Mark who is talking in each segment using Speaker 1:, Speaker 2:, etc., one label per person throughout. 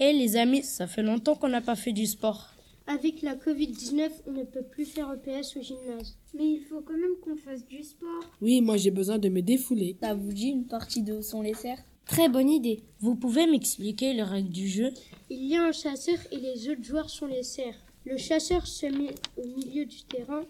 Speaker 1: Eh, amis, ça fait longtemps qu'on n'a pas fait du sport.
Speaker 2: Avec la Covid-19, on ne peut plus faire EPS au gymnase.
Speaker 3: Mais il faut quand même qu'on fasse du sport.
Speaker 4: Oui, moi j'ai besoin de me défouler.
Speaker 5: Ça vous dit une partie de son les serres
Speaker 6: Très bonne idée.
Speaker 1: Vous pouvez m'expliquer les règles du jeu
Speaker 2: Il y a un chasseur et les autres joueurs sont les serres. Le chasseur se met au milieu du terrain.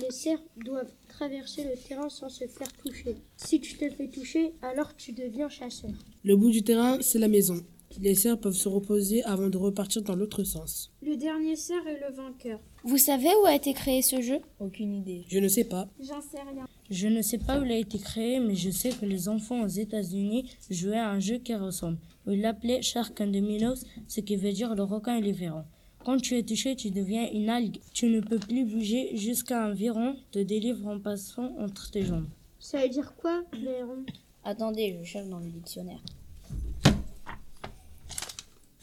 Speaker 2: Les serres doivent traverser le terrain sans se faire toucher. Si tu te fais toucher, alors tu deviens chasseur.
Speaker 4: Le bout du terrain, c'est la maison. Les serres peuvent se reposer avant de repartir dans l'autre sens.
Speaker 3: Le dernier cerf est le vainqueur.
Speaker 6: Vous savez où a été créé ce jeu
Speaker 5: Aucune idée.
Speaker 4: Je ne sais pas.
Speaker 3: J'en sais rien.
Speaker 1: Je ne sais pas où il a été créé, mais je sais que les enfants aux États-Unis jouaient à un jeu qui ressemble. Ils l'appelaient Shark and the Minnows, ce qui veut dire le requin et les verrons. Quand tu es touché, tu deviens une algue. Tu ne peux plus bouger jusqu'à un viron te délivre en passant entre tes jambes.
Speaker 2: Ça veut dire quoi, verron
Speaker 5: Attendez, je cherche dans le dictionnaire.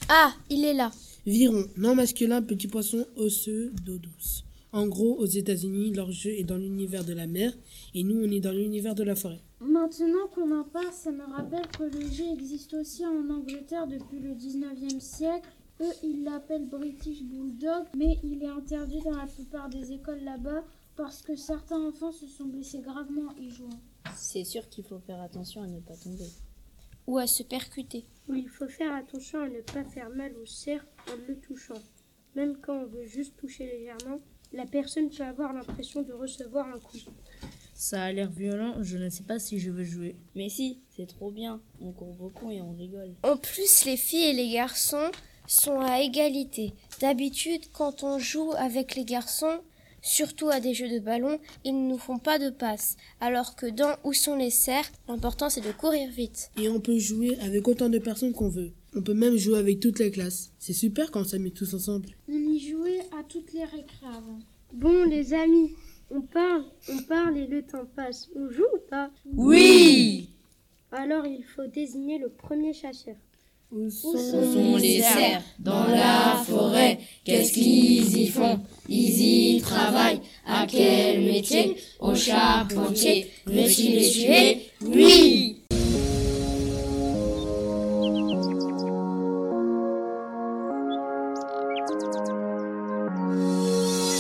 Speaker 6: Ah, il est là.
Speaker 4: Viron, non masculin, petit poisson osseux d'eau douce. En gros, aux États-Unis, leur jeu est dans l'univers de la mer et nous, on est dans l'univers de la forêt.
Speaker 3: Maintenant qu'on en parle, ça me rappelle que le jeu existe aussi en Angleterre depuis le 19e siècle. Eux, ils l'appellent British Bulldog, mais il est interdit dans la plupart des écoles là-bas parce que certains enfants se sont blessés gravement y jouant.
Speaker 5: C'est sûr qu'il faut faire attention à ne pas tomber.
Speaker 6: Ou à se percuter.
Speaker 2: Oui, il faut faire attention à ne pas faire mal au cerf en le touchant. Même quand on veut juste toucher légèrement, la personne peut avoir l'impression de recevoir un coup.
Speaker 1: Ça a l'air violent, je ne sais pas si je veux jouer.
Speaker 5: Mais si, c'est trop bien. On court beaucoup et on rigole.
Speaker 6: En plus, les filles et les garçons sont à égalité. D'habitude, quand on joue avec les garçons, surtout à des jeux de ballon, ils ne nous font pas de passe. Alors que dans Où sont les cerfs, l'important c'est de courir vite.
Speaker 4: Et on peut jouer avec autant de personnes qu'on veut. On peut même jouer avec toute la classe. C'est super quand on s'amuse tous ensemble.
Speaker 3: On y jouait à toutes les récrés avant.
Speaker 2: Bon, les amis, on parle, on parle et le temps passe. On joue ou pas
Speaker 1: Oui
Speaker 2: Alors il faut désigner le premier chasseur.
Speaker 4: Où sont,
Speaker 7: sont les cerfs dans la forêt Qu'est-ce qu'ils y font Ils y travaillent. À quel métier Au charpentier. Veut-il les tuer Oui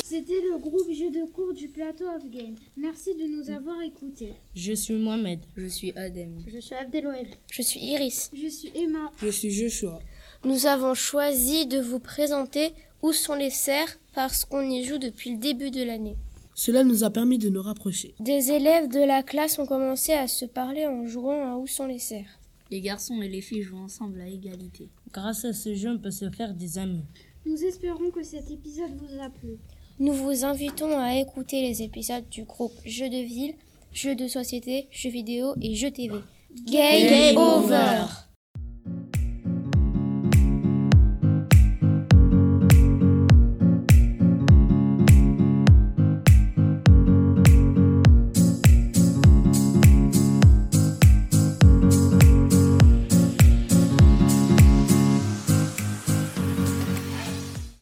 Speaker 3: C'était le groupe jeu de cours du plateau Afghan. Merci de nous avoir écoutés.
Speaker 1: Je suis Mohamed.
Speaker 5: Je suis Adem.
Speaker 2: Je suis Abdeloël.
Speaker 6: Je suis Iris.
Speaker 3: Je suis Emma.
Speaker 4: Je suis Joshua.
Speaker 6: Nous avons choisi de vous présenter Où sont les cerfs parce qu'on y joue depuis le début de l'année.
Speaker 4: Cela nous a permis de nous rapprocher.
Speaker 6: Des élèves de la classe ont commencé à se parler en jouant à Où sont les cerfs.
Speaker 5: Les garçons et les filles jouent ensemble à égalité.
Speaker 1: Grâce à ce jeu, on peut se faire des amis.
Speaker 3: Nous espérons que cet épisode vous a plu.
Speaker 6: Nous vous invitons à écouter les épisodes du groupe Jeux de ville, Jeux de société, Jeux vidéo et Jeux TV. Game,
Speaker 7: Game over.